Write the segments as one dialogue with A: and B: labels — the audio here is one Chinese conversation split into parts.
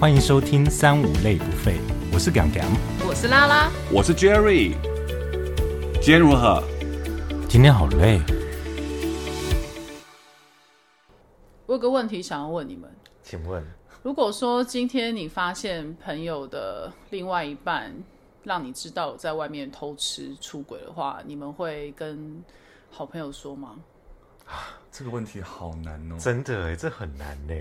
A: 欢迎收听三五类不废，我是 Gang Gang。
B: 我是拉拉，
C: 我是 Jerry。今天如何？
A: 今天好累，
B: 我有个问题想要问你们：
D: 请问，
B: 如果说今天你发现朋友的另外一半让你知道有在外面偷吃出轨的话，你们会跟好朋友说吗？
C: 这个问题好难哦。
D: 真的哎，这很难呢。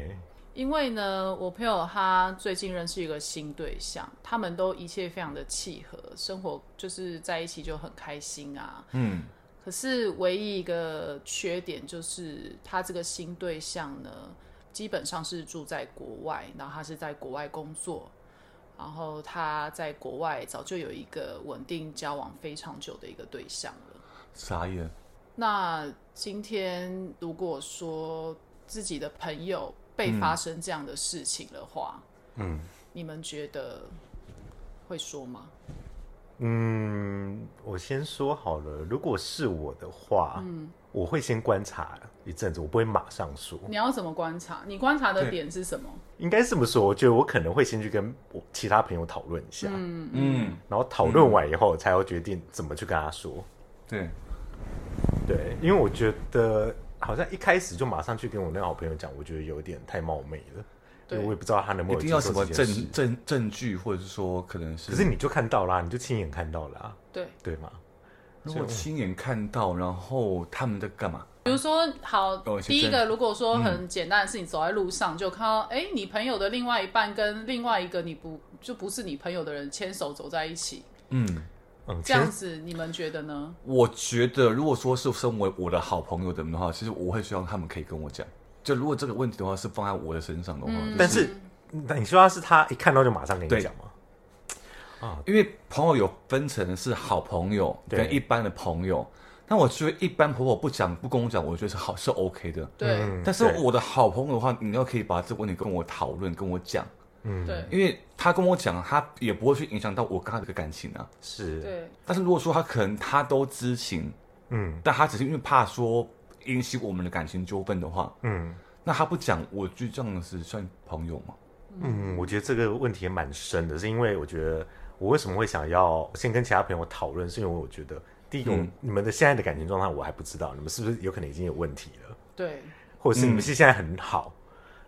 B: 因为呢，我朋友他最近认识一个新对象，他们都一切非常的契合，生活就是在一起就很开心啊，
C: 嗯，
B: 可是唯一一个缺点就是，他这个新对象呢，基本上是住在国外，然后他是在国外工作，然后他在国外早就有一个稳定交往非常久的一个对象了。
C: 傻眼。
B: 那今天如果说自己的朋友被发生这样的事情的话，
D: 嗯
B: 你们觉得会说吗？
D: 嗯，我先说好了，如果是我的话，嗯，我会先观察一阵子，我不会马上说。
B: 你要怎么观察？你观察的
C: 对
B: 点是什么？
D: 应该这么说，我觉得我可能会先去跟我其他朋友讨论一下，
C: 嗯，
D: 然后讨论完以后才要决定怎么去跟他说。
C: 对，
D: 对，因为我觉得好像一开始就马上去跟我那个好朋友讲，我觉得有点太冒昧了。
B: 对
D: 因为我也不知道他能不
C: 一
D: 能
C: 定要
D: 接
C: 什
D: 受
C: 么
D: 这件事
C: 证证证据，或者是说可能是，
D: 可是你就看到啦，你就亲眼看到啦、
B: 对。
D: 对吗？
C: 如果亲眼看到，然后他们在干嘛？
B: 比如说，好
C: 哦，是
B: 第一
C: 真
B: 个，如果说很简单的事，你走在路上就看到，哎、你朋友的另外一半跟另外一个你不就不是你朋友的人牵手走在一起，
C: 嗯，
D: 嗯，
B: 这样子你们觉得呢？
C: 我觉得如果说是身为我的好朋友的人的话，其实我会希望他们可以跟我讲。就如果这个问题的话是放在我的身上的话，
B: 嗯
C: 就
D: 但
C: 是
D: 是，那你说他是他一看到就马上跟
C: 对
D: 你讲吗？
C: 因为朋友有分成是好朋友
D: 对
C: 跟一般的朋友，那我觉得一般朋友不讲不跟我讲，我觉得是好是 OK 的。
B: 对、
D: 嗯
C: 但是
D: 对
C: 我的好朋友的话，你要可以把这个问题跟我讨论，跟我讲，
B: 对
C: 因为他跟我讲，他也不会去影响到我跟他的感情啊。
D: 是，
B: 对，
C: 但是如果说他可能他都知情，
D: 嗯
C: 但他只是因为怕说引起我们的感情纠纷的话，
D: 嗯
C: 那他不讲，我就这样子算朋友吗？
D: 嗯，我觉得这个问题也蛮深的，是因为我觉得我为什么会想要先跟其他朋友讨论，是因为我觉得第一个，
C: 嗯
D: 你们的现在的感情状态我还不知道，你们是不是有可能已经有问题了，
B: 对，
D: 或者是你
C: 嗯
D: 们是现在很好？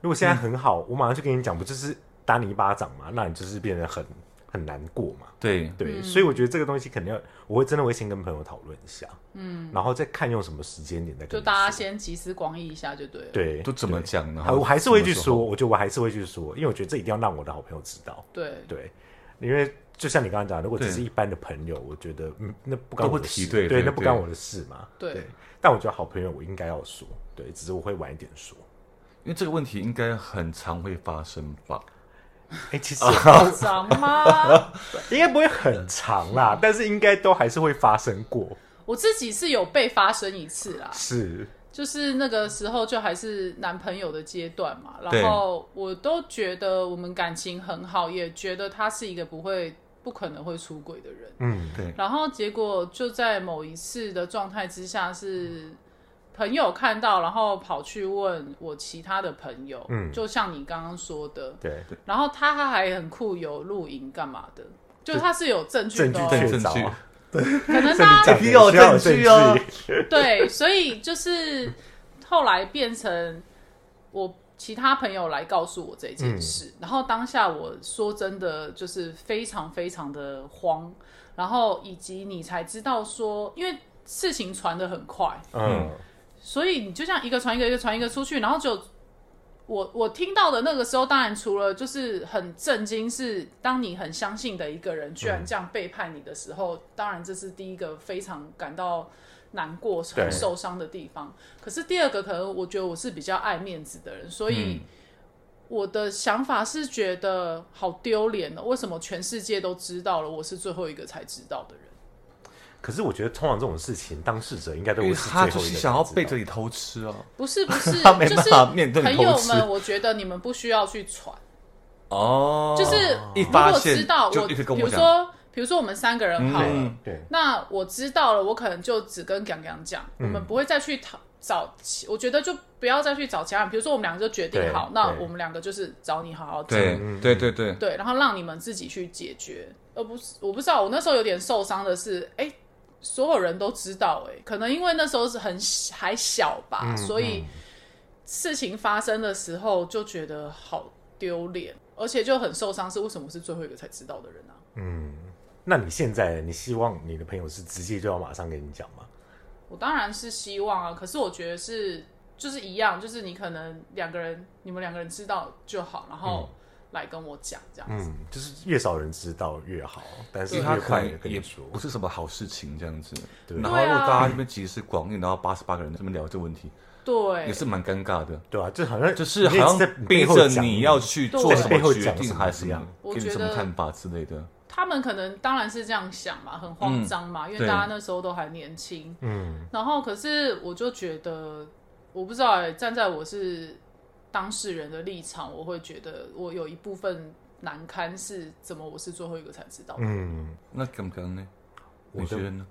D: 如果现在很好，我马上就跟你讲，不就是打你一巴掌嘛？那你就是变得很很难过嘛？
C: 对，
D: 对，所以我觉得这个东西肯定要，我会真的会先跟朋友讨论一下，嗯，然后再看用什么时间点再跟
B: 就
D: 你
B: 大家
D: 说
B: 先集思广益一下就对了。
D: 对
C: 都怎么讲呢？
D: 啊，我还是会去
C: 什
D: 说，
C: 么时候，
D: 我觉得我还是会去说，因为我觉得这一定要让我的好朋友知道。
B: 对
D: 对，因为就像你刚刚讲，如果
C: 对
D: 只是一般的朋友，我觉得嗯，那不干我的
C: 都不
D: 事，
C: 提对对
D: 那不
C: 对
D: 干我的事嘛。
B: 对
D: 但我觉得好朋友我应该要说，对，只是我会晚一点说。
C: 因为这个问题应该很常会发生吧？
D: 哎，其实
B: 好长吗？
D: 应该不会很长啦，但是应该都还是会发生过。
B: 我自己是有被发生一次啦，
D: 是，
B: 就是那个时候就还是男朋友的阶段嘛，
C: 对
B: 然后我都觉得我们感情很好，也觉得他是一个不会、不可能会出轨的人。
D: 嗯，
C: 对，
B: 然后结果就在某一次的状态之下，是朋友看到，然后跑去问我其他的朋友，
D: 嗯
B: 就像你刚刚说的，
D: 对，
B: 然后他还很酷，有录影干嘛的，就他是有证据
D: 证
B: 的、
D: 据
B: 哦，
D: 确
C: 证
D: 凿
C: 据，
B: 可能
D: 证据
B: 他
D: 讲
C: 必
D: 得
C: 要
D: 需要
C: 证
D: 有证
C: 据哦
B: 对，所以就是后来变成我其他朋友来告诉我这件事，然后当下我说真的就是非常非常的慌，然后以及你才知道说，因为事情传的很快，
D: 嗯，
B: 所以你就像一个传一个，一个传一个出去，然后就我我听到的那个时候，当然除了就是很震惊，是当你很相信的一个人居然这样背叛你的时
C: 嗯
B: 候，当然这是第一个非常感到难过、很
D: 对
B: 受伤的地方。可是第二个，可能我觉得我是比较爱面子的人，所
C: 嗯
B: 以。我的想法是觉得好丢脸哦，为什么全世界都知道了，我是最后一个才知道的人？
D: 可是我觉得通常这种事情，当事者应该都
C: 因
D: 会
C: 为
D: 是
C: 他
D: 最
C: 就
D: 后
C: 是
D: 一个
C: 想要
D: 才知
C: 背
D: 道
C: 着你偷吃啊。
B: 不是不是，
C: 他没
B: 就
C: 办
B: 是
C: 法面对
B: 朋
C: 偷
B: 友
C: 吃
B: 们，我觉得你们不需要去传，
C: 哦，
B: 就是
C: 一
B: 如
C: 发
B: 果
C: 现
B: 知道
C: 就
B: 我，
C: 一直跟
B: 比
C: 我
B: 如
C: 讲
B: 说，比如说我们三个人好了，
C: 嗯
D: 对，
C: 嗯
B: 那我知道了，我可能就只跟蒋蒋讲，我们不会再去讨找其，我觉得就不要再去找其他人。比如说，我们两个就决定
D: 对
B: 好，那
D: 对
B: 我们两个就是找你好好讲，
C: 对对对对，
B: 对，然后让你们自己去解决，而不是我不知道，我那时候有点受伤的是，哎，所有人都知道，哎，可能因为那时候是很还小吧，所以事情发生的时候就觉得好丢脸，而且就很受伤，是为什么我是最后一个才知道的人啊？
D: 那你现在你希望你的朋友是直接就要马上跟你讲吗？
B: 我当然是希望啊，可是我觉得是就是一样，就是你可能两个人，你们两个人知道就好，然后来跟我讲这样子。
D: 嗯，就是越少人知道越好，但是
C: 因
D: 越
C: 为他
D: 快
C: 快
D: 的跟
C: 也
D: 你说，
C: 不是什么好事情这样子。
D: 对
C: 然后
B: 对啊
C: 如果大家这边集思广益，然后八十八个人在这边聊这个问题，
B: 对，
C: 也是蛮尴尬的。
D: 对啊，就好像
C: 就是
D: 你一直
C: 好
D: 在
C: 像
D: 背
C: 逼
D: 后
C: 着
D: 讲
C: 你要去
B: 对
C: 做什
D: 背后
C: 么决
D: 讲什
C: 定
D: 么
C: 还是
D: 一
C: 什
D: 样
C: 么，
B: 我
C: 给你什
B: 觉
C: 么
B: 得
C: 看法之类的。
B: 他们可能当然是这样想嘛，很慌张嘛，因为
C: 对
B: 大家那时候都还年轻。
D: 嗯，
B: 然后可是我就觉得，我不知道哎、站在我是当事人的立场，我会觉得我有一部分难堪是怎么我是最后一个才知道的。
D: 嗯，
C: 那刚刚呢？
D: 我
C: 你
D: 的
C: 觉得呢？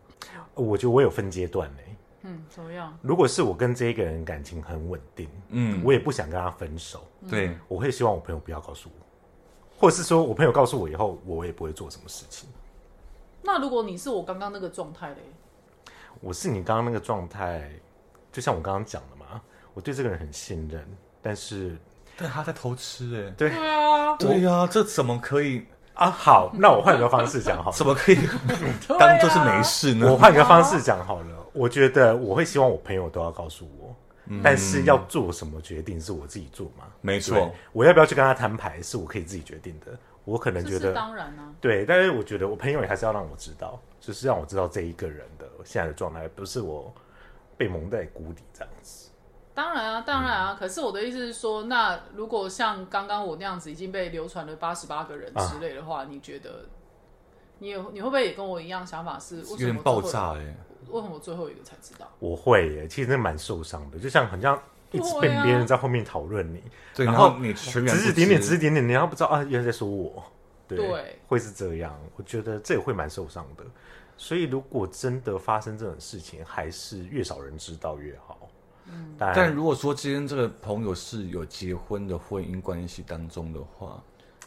D: 我觉得我有分阶段呢、欸
B: 嗯，怎么样？
D: 如果是我跟这一个人感情很稳定，
C: 嗯，
D: 我也不想跟他分手，
C: 对，
D: 我会希望我朋友不要告诉我，或者是说我朋友告诉我以后，我也不会做什么事情。
B: 那如果你是我刚刚那个状态嘞，
D: 我是你刚刚那个状态，就像我刚刚讲的嘛，我对这个人很信任，但是
C: 但他在偷吃哎。
D: 对
B: 对啊，
C: 对呀，这怎么可以？
D: 啊，好，那我换个方式讲好了，
C: 怎么 可以
B: 啊
C: 当做是没事呢
D: 我？换个方式讲好了。我觉得我会希望我朋友都要告诉我，但是要做什么决定是我自己做嘛。
C: 嗯没
D: 对
C: 错，，
D: 我要不要去跟他摊牌是我可以自己决定的。我可能
B: 这
D: 觉
B: 是
D: 得
B: 当然啊。
D: 对，但是我觉得我朋友也还是要让我知道，就是让我知道这一个人的现在的状态，不是我被蒙在鼓里这样子。
B: 当然
C: 嗯
B: 啊，当然啊。可是我的意思是说，那如果像刚刚我那样子已经被流传了八十八个人
C: 啊
B: 之类的话，你觉得你也你会不会也跟我一样想法是？
C: 有
B: 为什
C: 点
B: 么
C: 爆
B: 最后
C: 炸哎。
B: 为什么我最后一个才知道？
D: 我会耶，其实那蛮受伤的，就像很像一直被
B: 对啊
D: 别人在后面讨论你，
C: 对，
D: 然
C: 然
D: 后
C: 后你全
D: 指
C: 然
D: 指
C: 不
D: 点点，
C: 知
D: 指指点点，你要不知道啊，原来在说我，对，
B: 对
D: 会是这样，我觉得这也会蛮受伤的。所以如果真的发生这种事情，还是越少人知道越好。嗯，当
C: 但
D: 然，
C: 如果说今天这个朋友是有结婚的婚姻关系当中的话，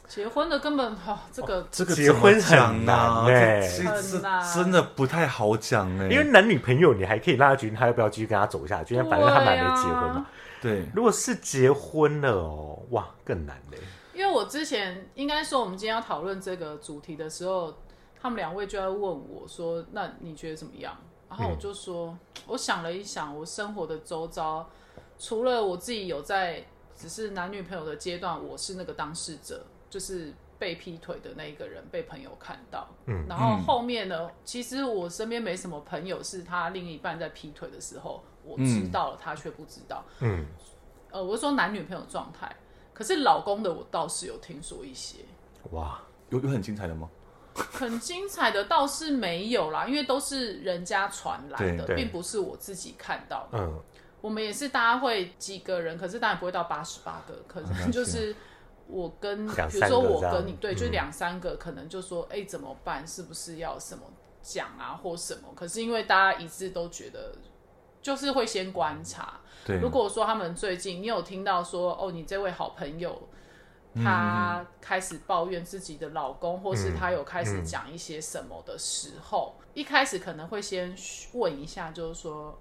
B: 结婚的根本哈、这个
C: 这个
D: 结婚
C: 怎么讲
D: 很难
C: 啊
D: 欸
C: 这这
B: 很难
C: 这真的不太好讲哎、
D: 因为男女朋友，你还可以让他决定他要不要继续跟他走下去，因为反正他们还没结婚
B: 啊
D: 嘛。
C: 对
D: 如果是结婚了哦，哇，更难嘞。
B: 因为我之前应该说我们今天要讨论这个主题的时候，他们两位就在问我说：“那你觉得怎么样？”然后我就说：“我想了一想，我生活的周遭，除了我自己有在只是男女朋友的阶段，我是那个当事者，就是被劈腿的那一个人被朋友看到。嗯，然后后面呢，其实我身边没什么朋友是他另一半在劈腿的时候，我知道了，他却不知道。
D: 嗯，
B: 呃，我是说男女朋友状态，可是老公的我倒是有听说一些，
D: 哇，
C: 有有很精彩的吗？
B: 很精彩的倒是没有啦，因为都是人家传来
C: 对
B: 的，
D: 对
B: 并不是我自己看到的。
D: 嗯，
B: 我们也是大家会几个人，可是当然不会到八十八个，可能就是我跟，
D: 啊两
B: 比
D: 三
B: 如
D: 个
B: 说我
D: 这样
B: 跟你对，就
D: 嗯
B: 两三个，可能就说哎、怎么办，是不是要什么讲啊或什么？可是因为大家一致都觉得，就是会先观察，
C: 对，
B: 如果说他们最近，你有听到说哦，你这位好朋友，
D: 嗯
B: 她开始抱怨自己的老公，或是她有开
D: 嗯
B: 始讲一些什么的时候，一开始可能会先问一下，就是说，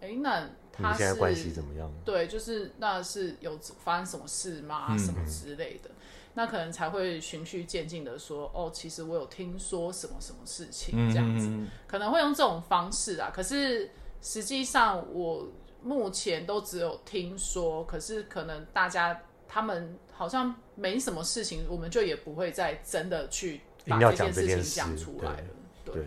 B: 哎，那
D: 你
B: 他
D: 们现在
B: 是
D: 关系怎么样？
B: 对，就是那是有发生什么事吗？
D: 嗯
B: 什么之类的，那可能才会循序渐进的说，哦，其实我有听说什么什么事情这样子。
C: 嗯
B: 可能会用这种方式啊。可是实际上，我目前都只有听说，可是可能大家他们好像没什么事情，我们就也不会再真的去把
D: 硬要
B: 件
D: 讲这
B: 事情
D: 件事
B: 讲出来了。对。
D: 对，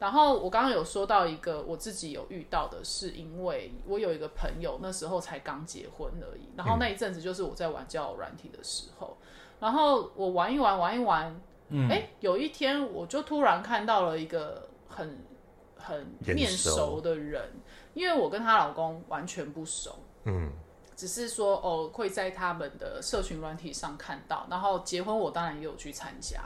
B: 然后我刚刚有说到一个我自己有遇到的，是因为我有一个朋友那时候才刚结婚而已，然后那一阵子就是我在玩交友软体的时候，然后我玩一玩玩一玩，哎、有一天我就突然看到了一个很很
D: 眼
B: 面
D: 熟
B: 熟的人，因为我跟她老公完全不熟，
D: 嗯，
B: 只是说哦会在他们的社群软体上看到，然后结婚我当然也有去参加，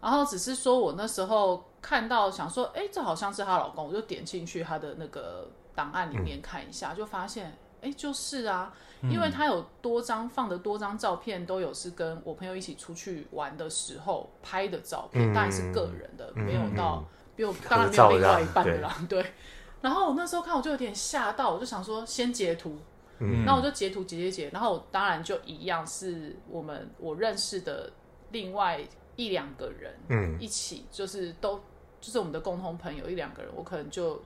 B: 然后只是说我那时候看到想说，哎，这好像是她老公，我就点进去她的那个档案里面看一下，就发现，哎、就是啊，因为他有多张放的多张照片，都有是跟我朋友一起出去玩的时候拍的照片，
D: 嗯
B: 当然是个人的，没有到，没有当然没
D: 照
B: 有另
D: 啦
B: 外一半的
D: 对
B: 啦，对。然后我那时候看，我就有点吓到，我就想说先截图，
C: 嗯
B: 然后我就截图截截截，然后我当然就一样是我们我认识的另外一两个人，
D: 嗯
B: 一起就是都就是我们的共同朋友一两个人，我可能就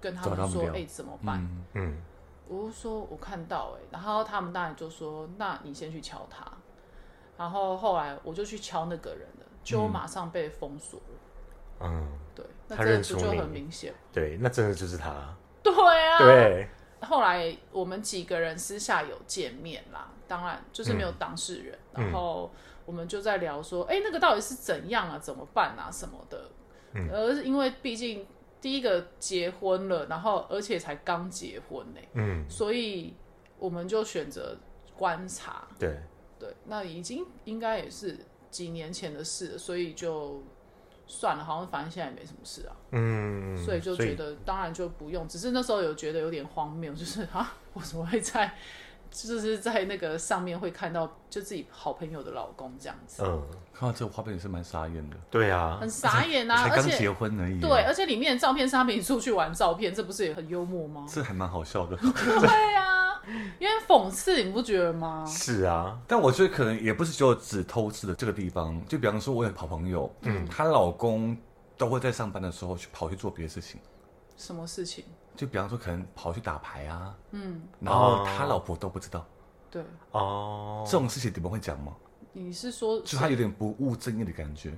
B: 跟他
C: 找他
B: 们
C: 们
B: 说，
C: 聊
B: 哎、怎么办？
C: 嗯
D: 嗯，
B: 我就说我看到哎、然后他们当然就说，那你先去敲他，然后后来我就去敲那个人了，就马上被封锁了，
D: 嗯，
B: 对，那
D: 他
B: 这
D: 认
B: 不
D: 出
B: 就
D: 你
B: 很明显？
D: 对，那真的就是他，
B: 对啊，
D: 对，
B: 后来我们几个人私下有见面啦，当然就是没有当事人，然后我们就在聊说，哎、那个到底是怎样啊，怎么办啊什么的。而是因为毕竟第一个结婚了，然后而且才刚结婚呢、
D: 嗯，
B: 所以我们就选择观察。
D: 对，
B: 对，那已经应该也是几年前的事了，所以就算了，好像反正现在也没什么事啊。
D: 嗯，
B: 所以就觉得当然就不用，只是那时候有觉得有点荒谬，就是啊，我怎么会在就是在那个上面会看到就自己好朋友的老公这样子，
D: 嗯，
C: 看到这个画面也是蛮傻眼的，
D: 对啊，
B: 很傻眼啊！
C: 才
B: 而
C: 刚结
B: 且
C: 婚而已，啊
B: 对，，而且里面的照片是他们一起出去玩的照片，这不是也很幽默吗？
C: 这还蛮好笑的。
B: 对啊，有点讽刺，你不觉得吗？
D: 是啊，
C: 但我觉得可能也不是只有只偷吃的这个地方，就比方说我有好朋友，嗯，她老公都会在上班的时候去跑去做别的事情，
B: 什么事情？
C: 就比方说可能跑去打牌啊，
B: 嗯，
C: 然后他老婆都不知道、
B: 对，
D: 哦，
C: 这种事情，你们会讲吗？
B: 你是说
C: 就他有点不务正业的感觉，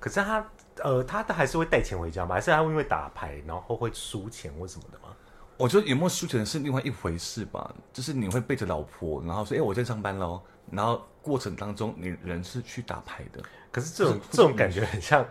D: 可是他呃，他还是会带钱回家吗？还是他会因为打牌然后会输钱或什么的吗？
C: 我觉得有没有输钱是另外一回事吧，就是你会背着老婆，然后说哎、我在上班喽，然后过程当中你人是去打牌的，
D: 可是这种这种感觉很像，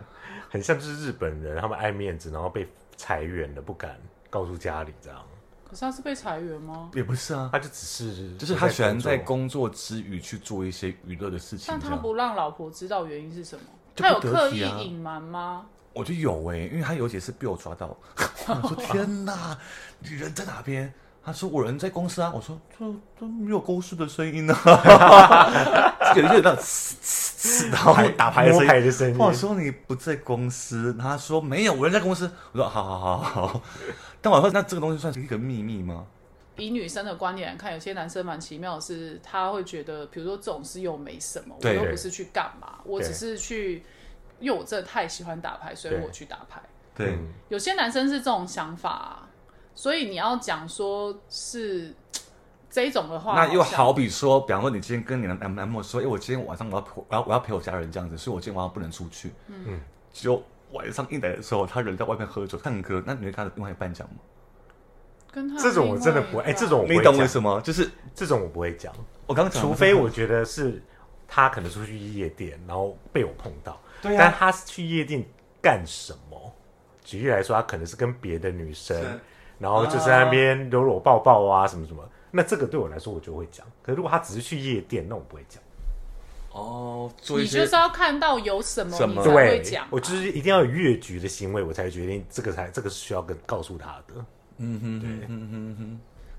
D: 很像就是日本人他们爱面子，然后被裁员了，不敢告诉家里这样。
B: 可是他是被裁员吗？
C: 也不是啊，
D: 他就只是
C: 就是他喜欢在
D: 工
C: 工作之余去做一些娱乐的事情
B: 但
C: 这
B: 他
C: 样。
B: 不让老婆知道原因是什么？
C: 就
B: 他有
C: 不得
B: 刻意
C: 体啊
B: 隐瞒吗？
C: 我就有哎、因为他有一节是被我抓到， 我说天哪，你人在哪边？他说我人在公司啊，我说这都没有公司的声音呢、啊， 有一些那种嘶嘶嘶然后打牌的声
D: 摸牌
C: 音。
D: 的声音，
C: 我说你不在公司，他说没有，我人在公司。我说好好好好好，但我说那这个东西算是一个秘密吗？
B: 以女生的观点来看，有些男生蛮奇妙的是，他会觉得，比如说这种事又没什么，我
C: 对
B: 又
D: 对
B: 不是去干嘛，我
D: 对
B: 只是去，因为我真的太喜欢打牌，所以
D: 对
B: 我去打牌。
C: 对，
D: 嗯
B: 有些男生是这种想法、啊，所以你要讲说是这种的话，
C: 那又
B: 像
C: 好比说，比方说你今天跟你的男男朋友说，哎、我今天晚上我要陪我要我要陪我家人这样子，所以我今天晚上不能出去。嗯，只有晚上一来的时候，他人在外面喝酒唱歌，那你会跟他的另外一半讲吗？
B: 跟他
D: 这种我真的不会，哎、这种我不
C: 你
D: 会
C: 懂为
D: 讲
C: 什么？就是
D: 这种我不会讲，
C: 我刚刚讲的，
D: 除非我觉得是他可能出去夜店，然后被我碰到。
C: 对啊
D: 但他是去夜店干什么？举例来说，他可能是跟别的女生
C: 是，
D: 然后就在那边搂搂抱抱啊，什么什么。那这个对我来说，我就会讲。可是如果他只是去夜店，那我不会讲。
C: 哦，做一
B: 你就
C: 些
B: 是要看到有什么
C: 什
B: 你
C: 么
B: 才会
D: 对
B: 讲啊，，
D: 我就是一定要有越局的行为，我才决定这个才这个是需要跟告诉他的。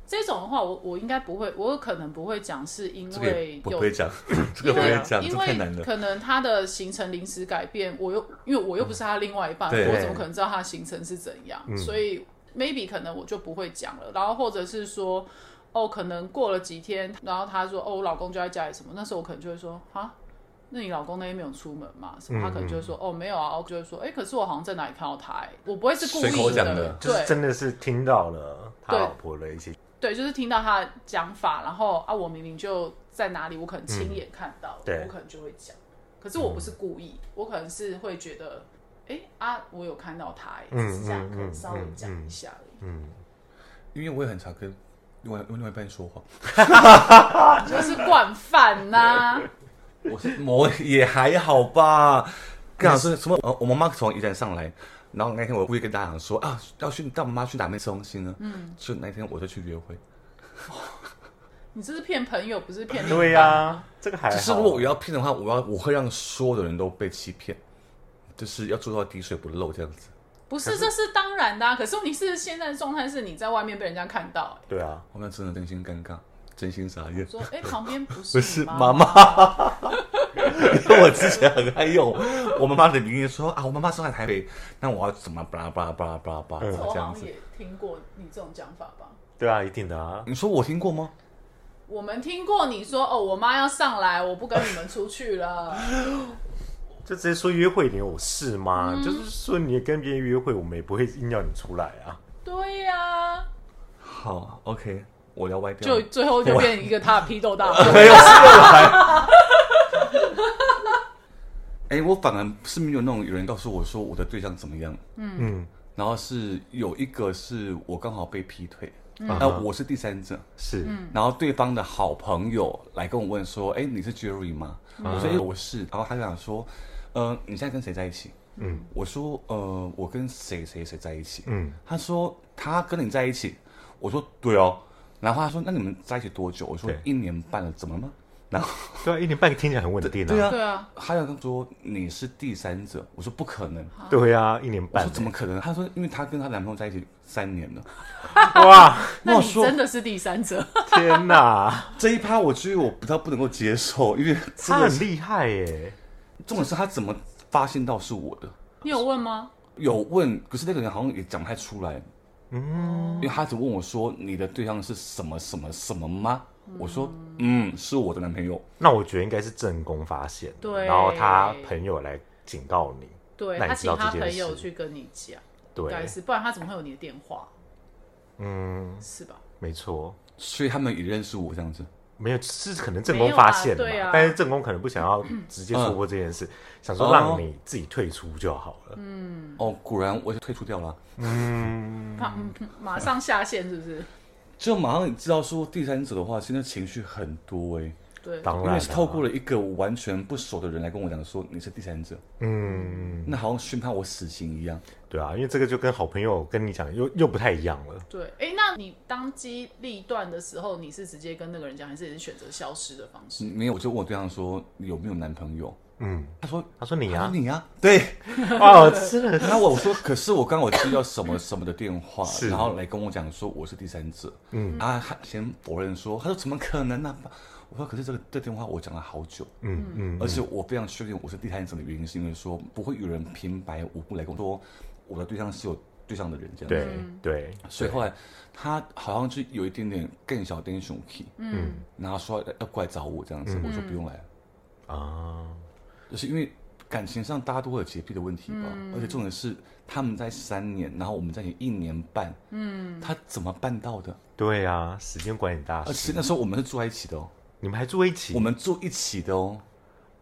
B: 这种的话，我我应该不会，我有可能不会讲，是因
C: 这个也
B: 为
C: 不
B: 有
C: 会讲，这个
B: 因
C: 不
B: 为
C: 会讲，这
B: 啊因
C: 太难
B: 为
C: 了。
B: 可能他的行程临时改变，我又因为我又不是他另外一半，
C: 嗯对嗯
B: 我怎么可能知道他的行程是怎样？所以 maybe 可能我就不会讲了，然后或者是说，哦，可能过了几天，然后他说，哦，我老公就在家里什么，那时候我可能就会说，啊。那你老公那天没有出门嘛？什么？他可能就会说，哦，没有啊。我就会说，哎、可是我好像在哪里看到他、哎我不会是故
C: 随口
B: 意
C: 讲的
D: 就
B: 对，
D: 是真的是听到了他
B: 对
D: 老婆的一些，
B: 对，就是听到他的讲法，然后啊，我明明就在哪里，我可能亲眼看到，
D: 嗯对
B: 我可能就会讲。可是我不是故意，我可能是会觉得，哎、啊，我有看到他、欸，
D: 嗯
B: 只是这样，
D: 嗯
B: 可能稍微
D: 嗯
B: 讲一
D: 嗯
B: 下而已。
D: 嗯，
C: 因为我也很常跟另外另外一半说谎，
B: 啊就是惯犯呐、
C: 我是我也还好吧。跟老师什么？呃我妈妈从宜兰上来，然后那天我故意跟大家讲说啊，要去带我妈去哪边吃东西呢？嗯，就那天我就去约会。
B: 你这是骗朋友，不是骗另一
D: 对呀、啊
B: 半。
D: 这个还好。
C: 只是如果我要骗的话，我要我会让所有的人都被欺骗，就是要做到滴水不漏这样子。
B: 不是，这是当然的、啊。可是问题是，现在的状态是你在外面被人家看到、欸，
D: 对啊，
C: 我那真的真心尴尬，真心傻眼。
B: 说哎、欸旁边不是
C: 不
B: 不
C: 是妈妈，因为我之前很爱用我妈妈的名义说啊，我妈妈生在台北，那我要怎么巴拉巴拉巴拉巴拉巴拉
B: 我
C: 这
B: 好
C: 样
B: 像
C: 子？
B: 也听过你这种讲法吧？
D: 对啊，一定的啊。
C: 你说我听过吗？
B: 我们听过你说哦，我妈要上来，我不跟你们出去 了。
D: 就直接说约会，你有事吗？
B: 嗯
D: 就是说你跟别人约会，我们也不会硬要你出来啊。
B: 对呀、
C: 好，OK，我要歪掉
B: 就
C: 了。
B: 最后就变一个他的批斗大 会。
C: 没有事来。哎、我反而是没有那种有人告诉我说我的对象怎么样，
D: 嗯，
C: 然后是有一个是我刚好被劈腿，
D: 啊
C: 那、我是第三者，
D: 是，
B: 嗯
C: 然后对方的好朋友来跟我问说：“哎，你是 Jerry 吗？”我
D: 啊
C: 说：“哎，我是。”然后他就想说：“呃，你现在跟谁在一起？”嗯，我说：“呃，我跟谁谁谁在一起。”
D: 嗯，
C: 他说：“他跟你在一起。”我说：“对哦。”然后他说：“那你们在一起多久？”我说
D: 对：“
C: 一年半了，怎么了吗？”然后
D: 对啊，一年半个听起来很稳定 啊。
C: 对啊
B: 对啊，
C: 他就跟我说：“你是第三者。”我说：“不可能。”
D: 对啊，一年
C: 我
D: 半
C: 说：“，怎么可能？”他说：“因为他跟她男朋友在一起三年了。
D: 哇，
B: 那
C: 我
B: 你
C: 说
B: 真的是第三 者，
D: 天 哪，”
C: 这一趴我觉得我比较不能够接受，因为真
D: 他
C: 的
D: 很
C: 是
D: 厉害耶。
C: 重点是他怎么发现到是我的。
B: 你有问吗？
C: 有问，可是那个人好像也讲不太出来，
D: 嗯，
C: 因为他只问我说你的对象是什么什么什么吗？我说嗯，是我的男朋友。
D: 那我觉得应该是正宫发现，
B: 对
D: 然后他朋友来警告你，
B: 对
D: 那
B: 他
D: 你知
B: 请
D: 道
B: 他
D: 这件
B: 朋友
D: 事，
B: 去跟你讲，应
D: 对
B: 该，是，不然他怎么会有你的电话？
D: 嗯，
B: 是吧？
D: 没错，
C: 所以他们也认识我这样子，
D: 没有是可能正
B: 没
D: 宫
B: 有
D: 发
B: 啊
D: 现了嘛，
B: 对啊嗯
D: 但是正宫可能不想要直接说破这件事，想说
C: 哦
D: 让你自己退出就好了。
C: 哦，果然我就退出掉了，
B: 他嗯马上下线是不 是？
C: 就马上知道说第三者的话，现在情绪很多哎、
B: 对，
D: 当
C: 因
D: 然啊
C: 为
D: 啦，
C: 是透过了一个我完全不熟的人来跟我讲说你是第三者，
D: 嗯，
C: 那好像宣判我死刑一样。
D: 对啊，因为这个就跟好朋友跟你讲又又不太一样了。
B: 对，哎，那你当机立断的时候，你是直接跟那个人讲，还是也是选择消失的方式？
C: 没有，我就问我对象说你有没有男朋友，
D: 嗯，
C: 他说
D: 他说你
C: 他
D: 啊
C: 说，你呀、对。
D: 哦，真的
C: 那我说，可是我刚好接到什么什么的电话，
D: 是
C: 然后来跟我讲说我是第三者，嗯啊，他先否认说，他说怎么可能呢、我说可是这个这电话我讲了好久，
D: 嗯嗯，
C: 而且我非常确定我是第三者的原因是因为说不会有人平白无故来跟我说我的对象是有对象的人这样子，
D: 对对，
C: 所以后来他好像就有一点点更小点熊气，嗯，然后说要过来找我这样子，我说不用来了。
D: 啊，
C: 就是因为感情上大家都会有洁癖的问题吧，而且重点是他们在三年，然后我们在一年半，嗯，他怎么办到的？
D: 对啊，时间管理大
C: 而且
D: 师，
C: 那时候我们是住在一起的哦，
D: 你们还住一起
C: 我？们住一起的哦，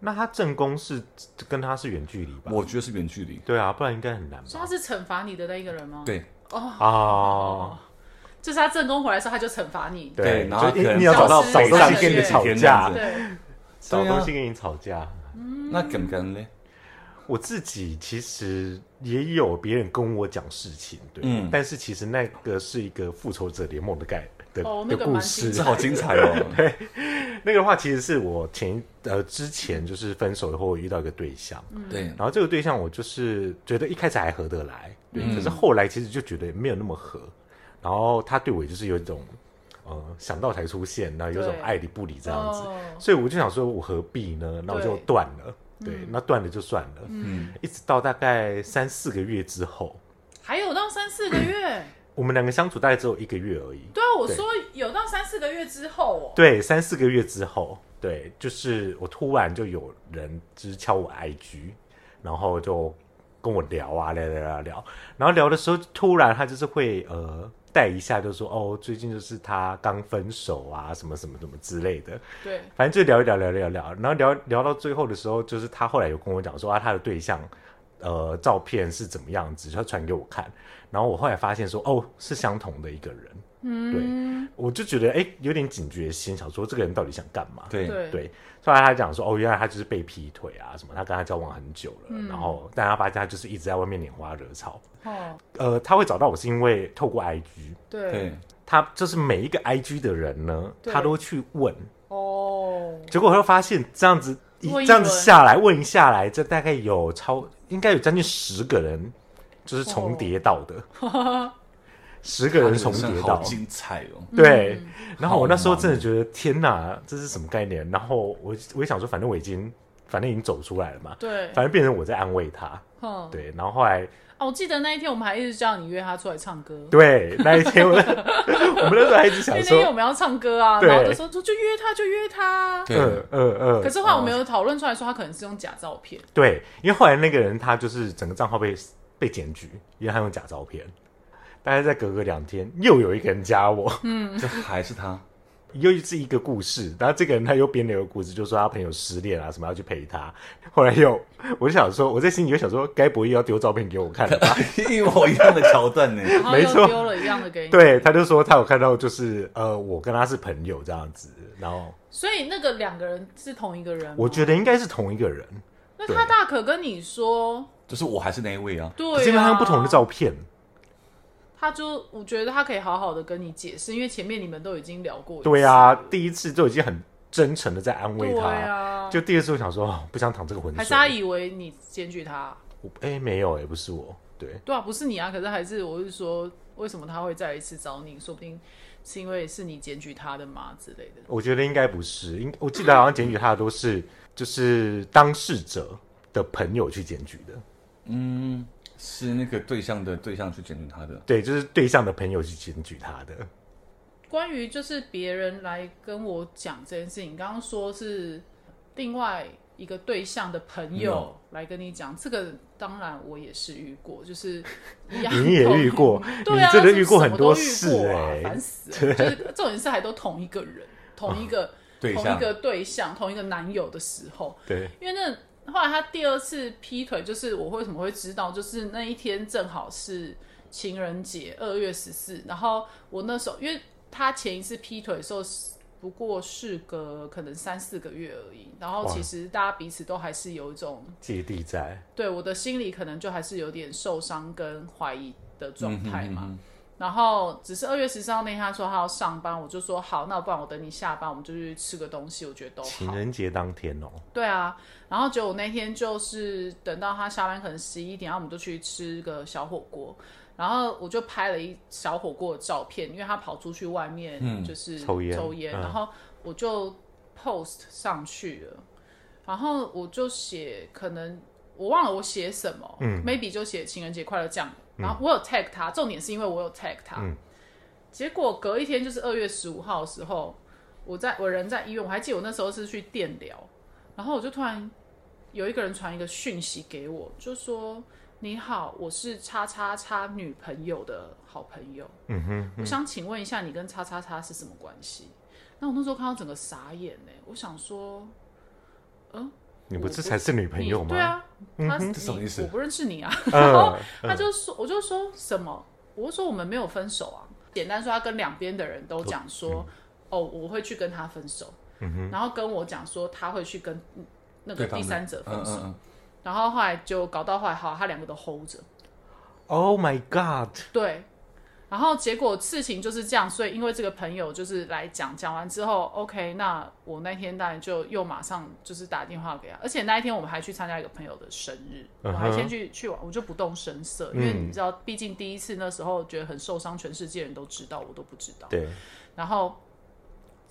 D: 那他正宫是跟他是远距离吧？
C: 我觉得是远距离，
D: 对啊，不然应该很难
B: 所以他
D: 吧？
B: 是惩罚你的那一个人吗？，
C: 对啊
D: 哦，
B: 就是他正宫回来的时候，他就惩罚你。
C: 对然后
D: 就一
C: 可能
D: 定要找到
B: 消
D: 找
B: 失
D: 东西
B: 消失
D: 跟你吵
C: 天这
D: 架
C: 样，子啊
B: 对，
D: 找
C: 对啊
D: 东西跟你吵架。
C: 那敢不敢嘞？
D: 我自己其实也有别人跟我讲事情，对，
C: 嗯
D: 但是其实那个是一个复仇者联盟的概的、
B: 哦那
D: 的
B: 个
D: 故
B: 蛮精
D: 事
C: 这，好精彩哦！
D: 那个的话其实是我前一呃之前就是分手以后我遇到一个对象，
C: 对，
D: 然后这个对象我就是觉得一开始还合得来，对，
C: 嗯
D: 可是后来其实就觉得没有那么合，然后他对我就是有一种呃想到才出现，然后有一种
B: 对
D: 爱理不理 这样子，
B: 哦
D: 所以我就想说我何必呢？那我就
B: 对嗯
D: 断了，对，那断了就算了，嗯，一直到大概三四个月之后，
B: 还有到三四个 月。
D: 我们两个相处大概只有一个月而已，
B: 对啊，我
D: 对
B: 说有到三四个月之后哦。
D: 对，三四个月之后，对，就是我突然就有人就是敲我 IG，然后就跟我聊啊聊聊聊聊，然后聊的时候突然他就是会呃带一下，就说哦最近就是他刚分手啊什么什么什么之类的，
B: 对，
D: 反正就聊一聊聊一聊聊，然后聊聊到最后的时候，就是他后来有跟我讲说啊他的对象。呃，照片是怎么样子？他传给我看，然后我后来发现说，哦，是相同的一个人，
B: 嗯，
D: 我就觉得哎、诶有点警觉心，想说这个人到底想干嘛？
C: 对
B: 对
D: 对，后来他讲说，哦，原来他就是被劈腿啊什么，他跟他交往很久了，然后但他发现他就是一直在外面拈花惹草。
B: 哦，
D: 呃，他会找到我是因为透过 IG，
B: 对，
C: 对，
D: 他就是每一个 IG 的人呢，
B: 对
D: 他都去问，
B: 哦，
D: 结果他发现这样子一
B: 问一轮
D: 这样子下来问一下来，这大概有超应该有将近十个人就是重叠到的，
B: 哦
D: 十个人重叠
C: 好
D: 到，
C: 精彩哦！
D: 对。
B: 嗯
D: 然后我那时候
C: 好忙
D: 真的觉得天哪，这是什么概念？然后我我也想说，反正我已经反正已经走出来了嘛，
B: 对，
D: 反正变成我在安慰他，
B: 嗯，
D: 对。然后后来
B: 哦，我记得那一天我们还一直叫你约他出来唱歌，
D: 对那一天我 我们那时候还一直想
B: 那天
D: 说，
B: 我们要唱歌啊，
D: 对
B: 然后就说就就约他，就约他。
C: 对
D: 嗯嗯嗯。
B: 可是后来我们有讨论出来说，他可能是用假照片，
D: 对，因为后来那个人他就是整个账号被被检举，因为他用假照片。大概在隔个两天，又有一个人加我，
C: 这还是他，
D: 又是一个故事。然后这个人他又编了一个故事，就说他朋友失恋啊，什么要去陪他。 后来又，我就想说，我在心里就想说，该不会又要丢照片给我看了吧？
C: 一模一样的桥段呢。
B: 然后
D: 没错
B: 又丢了一样的给你。，
D: 对，他就说他有看到，就是呃，我跟他是朋友这样子。然后
B: 所以那个两个人是同一个人吗。
D: 我觉得应该是同一个人，
B: 那他大可跟你说，
C: 就是我还是那一位啊，
B: 对、
D: 可
B: 啊，
D: 是因为他用不同的照片。
B: 他就我觉得他可以好好的跟你解释，因为前面你们都已经聊过一次。
D: 对啊，第一次就已经很真诚的在安慰
B: 对
D: 他。
B: 啊，
D: 就第二次我想说，哦不想淌这个浑水。
B: 还是他以为你检举他，
D: 我哎、没有哎、不是我，对
B: 对啊，不是你啊，可是还是我是说，为什么他会再一次找你？说不定是因为是你检举他的嘛之类的。
D: 我觉得应该不是，应我记得好像检举他的都是就是当事者的朋友去检举的，
C: 嗯，是那个对象的对象去检举他的，
D: 对，就是对象的朋友去检举他的，
B: 关于就是别人来跟我讲这件事情，刚刚说是另外一个对象的朋友
D: 嗯
B: 来跟你讲，这个当然我也是遇过， 就是一样
D: 你也遇过
B: 同，对啊，
D: 你真的
B: 就
D: 遇过很多
B: 什么都遇过啊
D: 事欸
B: 烦死了。就是这种事还都同一个人，同一 个
C: 对
B: 同一
C: 象
B: 个对象，同一个男友的时候，
D: 对，
B: 因为那后来他第二次劈腿，就是我为什么会知道，就是那一天正好是情人节，二月十四。然后我那时候，因为他前一次劈腿的时候，不过是隔可能三四个月而已。然后
D: 哇
B: 其实大家彼此都还是有一种
D: 芥蒂在，
B: 对我的心里可能就还是有点受伤跟怀疑的状态嘛。
C: 嗯哼嗯哼
B: 然后只是二月十三号那天，他说他要上班，我就说好，那不然我等你下班，我们就去吃个东西，我觉得都好。
D: 情人节当天哦、
B: 对啊，然后结果那天就是等到他下班可能十一点，然后我们就去吃个小火锅，然后我就拍了一小火锅的照片，因为他跑出去外面
C: 嗯
B: 就是
D: 抽烟
B: 抽烟，
D: 嗯
B: 然后我就 post 上去了，然后我就写可能我忘了我写什么，
D: 嗯
B: m a y b e 就写情人节快乐这样，然后我有 tag 他，重点是因为我有 tag 他，
D: 嗯
B: 结果隔一天就是二月十五号的时候，我在我人在医院，我还记得我那时候是去电疗，然后我就突然有一个人传一个讯息给我，就说：“你好，我是叉叉叉女朋友的好朋友，
D: 嗯哼，
B: 我想请问一下你跟叉叉叉是什么关系？”那我那时候看到整个傻眼呢、我想说
D: 你不是才是女朋
B: 你
D: 友吗？
B: 对啊，他是
C: 嗯这什么意
B: 你
C: 思
B: 我不认识你啊。 然后
D: 嗯，
B: 他就说，我就说什么？我就说我们没有分手啊。简单说，他跟两边的人都讲说，
C: 嗯
B: 哦，我会去跟他分手，然后跟我讲说他会去跟嗯那个
C: 对方
B: 第
C: 的
B: 三者分
C: 嗯
B: 手。
C: 嗯
B: 然后后来就搞到后来，好，他两个都 hold 着，
D: ，Oh my God，
B: 对。然后结果事情就是这样，所以因为这个朋友就是来讲，讲完之后，OK，那我那天当然就又马上就是打电话给他，而且那一天我们还去参加一个朋友的生日，我还
D: 嗯哼嗯
B: 先去去玩，我就不动声色，因为你知道，毕竟第一次那时候觉得很受伤，全世界人都知道，我都不知道。
D: 对，
B: 然后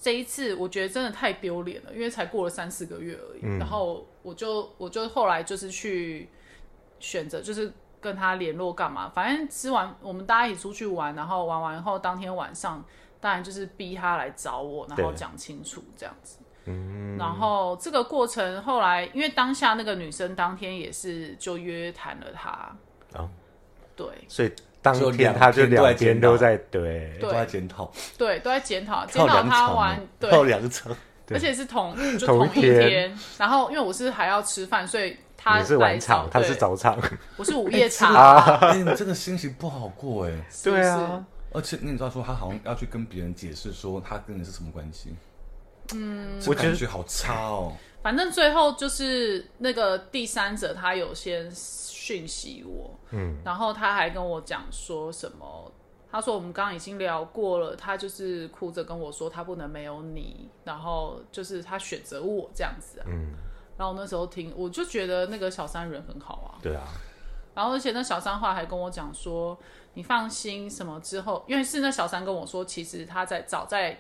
B: 这一次我觉得真的太丢脸了，因为才过了三四个月而已。然后我就我就后来就是去选择，就是跟他联络干嘛，反正吃完我们大家一起出去玩，然后玩完后当天晚上，当然就是逼他来找我，然后
D: 对
B: 讲清楚这样子。然后这个过程后来，因为当下那个女生当天也是就约谈了他，
D: 哦
B: 对
D: 所以当
C: 就
D: 天
C: 两
D: 他就
C: 天都在
D: 两边
C: 检讨
D: 都在对，
C: 都
B: 对
C: 在检讨，
B: 对，都在检讨检
C: 跳
B: 讨
C: 两
B: 他
C: 场
B: 玩
C: 哦，
B: 对
C: 跳两场，
B: 而且是 同就
D: 同
B: 同
D: 一
B: 一
D: 天
B: 天。然后因为我是还要吃饭，所以他
D: 你是晚场，
B: 来
D: 他是，
B: 对
D: 早场，
B: 我是午夜场
D: 啊，
C: 哎，你这个心情不好过哎。
B: 是不是
D: 对啊，，
C: 而且你知道说他好像要去跟别人解释说他跟你是什么关系，嗯，
D: 我觉得
C: 感觉好差哦。
B: 反正最后就是那个第三者他有先讯息我，嗯，然后他还跟我讲说什么。他说：“我们刚刚已经聊过了，他就是哭着跟我说他不能没有你，然后就是他选择我这样子、啊。”嗯，然后我那时候听，我就觉得那个小三人很好啊，
D: 对啊，
B: 然后而且那小三后来还跟我讲说，你放心，什么之后，因为是那小三跟我说，其实他在早在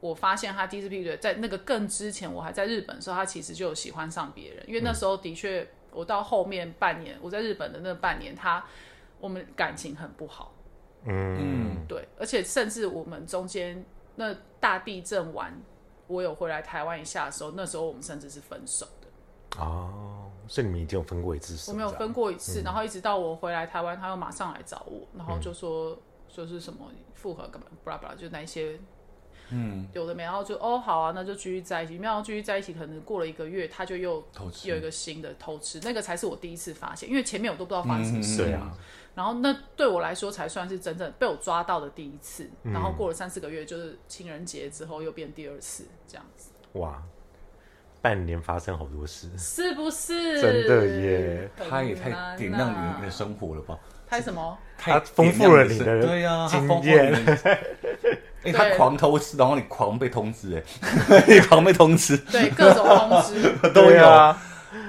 B: 我发现他第一次劈腿，在那个更之前，我还在日本的时候，他其实就有喜欢上别人，因为那时候的确，我到后面半年，我在日本的那半年，他我们感情很不好，
D: 嗯，
B: 对，而且甚至我们中间那大地震完，我有回来台湾一下的时候，那时候我们甚至是分手的。
D: 哦，所以你们已经有分过一次手，
B: 我没有
D: 这样
B: 分过一次，
C: 嗯
B: 然后一直到我回来台湾，他又马上来找我，然后就说、就是什么复合干嘛，巴拉巴拉，就那一些，嗯，有的没，然后就哦好啊，那就继续在一起，没想到继续在一起，可能过了一个月，他就又
C: 偷吃
B: 有一个新的偷吃，那个才是我第一次发现，因为前面我都不知道发
C: 嗯
B: 生什么事，
D: 对啊，
B: 然后那对我来说才算是真正被我抓到的第一次，
C: 嗯
B: 然后过了三四个月，就是情人节之后又变第二次这样子，
D: 哇，半年发生好 多事，
B: 是不是？
D: 真的耶
B: 很
C: 他也太
B: 难
C: 点亮
B: 啊
C: 你的生活了吧？
B: 太什么？
C: 太
D: 丰富了你的
C: 点亮生对呀，他
D: 经
C: 丰富
D: 验
C: 你的。哎，他
B: 对
C: 狂偷吃，然后你狂被通知，哎，你狂被通知，
B: 对，各种通知。
C: 都
D: 对
C: 有
D: 啊。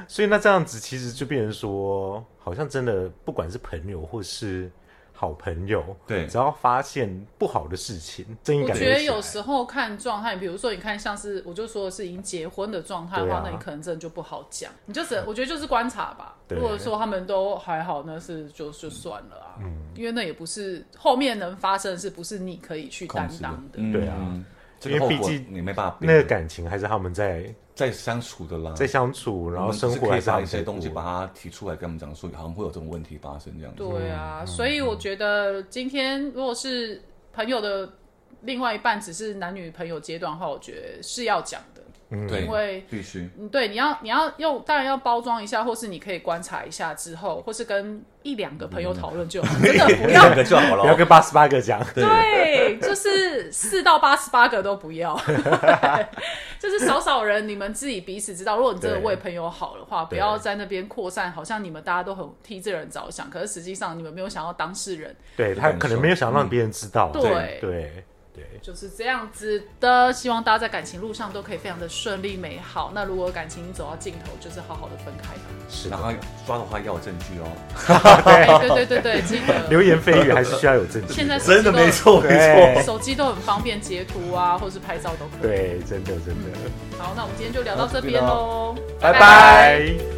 D: 所以那这样子其实就变成说，好像真的不管是朋友或是好朋友，
C: 对
D: 只要发现不好的事情，正义
B: 我
D: 感
B: 觉得
D: 就
B: 有
D: 起来
B: 时候看状态，比如说你看像是我就说是已经结婚的状态的话，
D: 对啊
B: 那你可能真的就不好讲，你就只能我觉得就是观察吧。
D: 对
B: 如果说他们都还好，那是就就算了啊，因为那也不是后面能发生，是不是你可以去担
C: 控制
B: 当的？
C: 嗯
D: 对啊，
C: 这个
D: 因为
C: 后
D: 毕
C: 果
D: 竟
C: 你没办法避
D: 那个
C: 免，
D: 感情还是他们在
C: 在相处的啦，
D: 在相处，然后生
C: 我
D: 活还
C: 们只是可以
D: 是他
C: 把
D: 们
C: 一些东西把
D: 过
C: 它提出来，跟他们讲说，好像会有这种问题发生这样子。
B: 对啊，所以我觉得今天如果是朋友的另外一半只是男女朋友阶段的话，我觉得是要讲的，因
C: 对，
B: 为。
C: 必须。
B: 嗯，对，你要你要用，当然要包装一下，或是你可以观察一下之后，或是跟一两个朋友讨论就
D: 嗯
B: 好，真的不要
C: 两个就好
D: 不要
C: 了。
D: 跟八十八个讲，
B: 对，就是四到八十八个都不要， 就是少少人，你们自己彼此知道。如果你真的
D: 对
B: 为朋友好的话，不
D: 对
B: 要在那边扩散，好像你们大家都很替这人着想，可是实际上你们没有想要当事人，
D: 对他可能没有想让别人知道，
B: 嗯对
D: 对对。
B: 就是这样子的。希望大家在感情路上都可以非常的顺利美好。那如果感情走到尽头，就是好好的分开吧。
D: 是
C: 然
D: 的，
C: 后抓的话要有证据哦。
B: 哎对对对对，记得。
D: 流言蜚语还是需要有证据的。
B: 现在
C: 真的 没错，没
D: 对
C: 错。
B: 手机都很方便截图啊，或是拍照都可以。嗯
D: 对，真的真的，
B: 好，那我们今天就聊到这边喽，
C: 拜
D: 拜。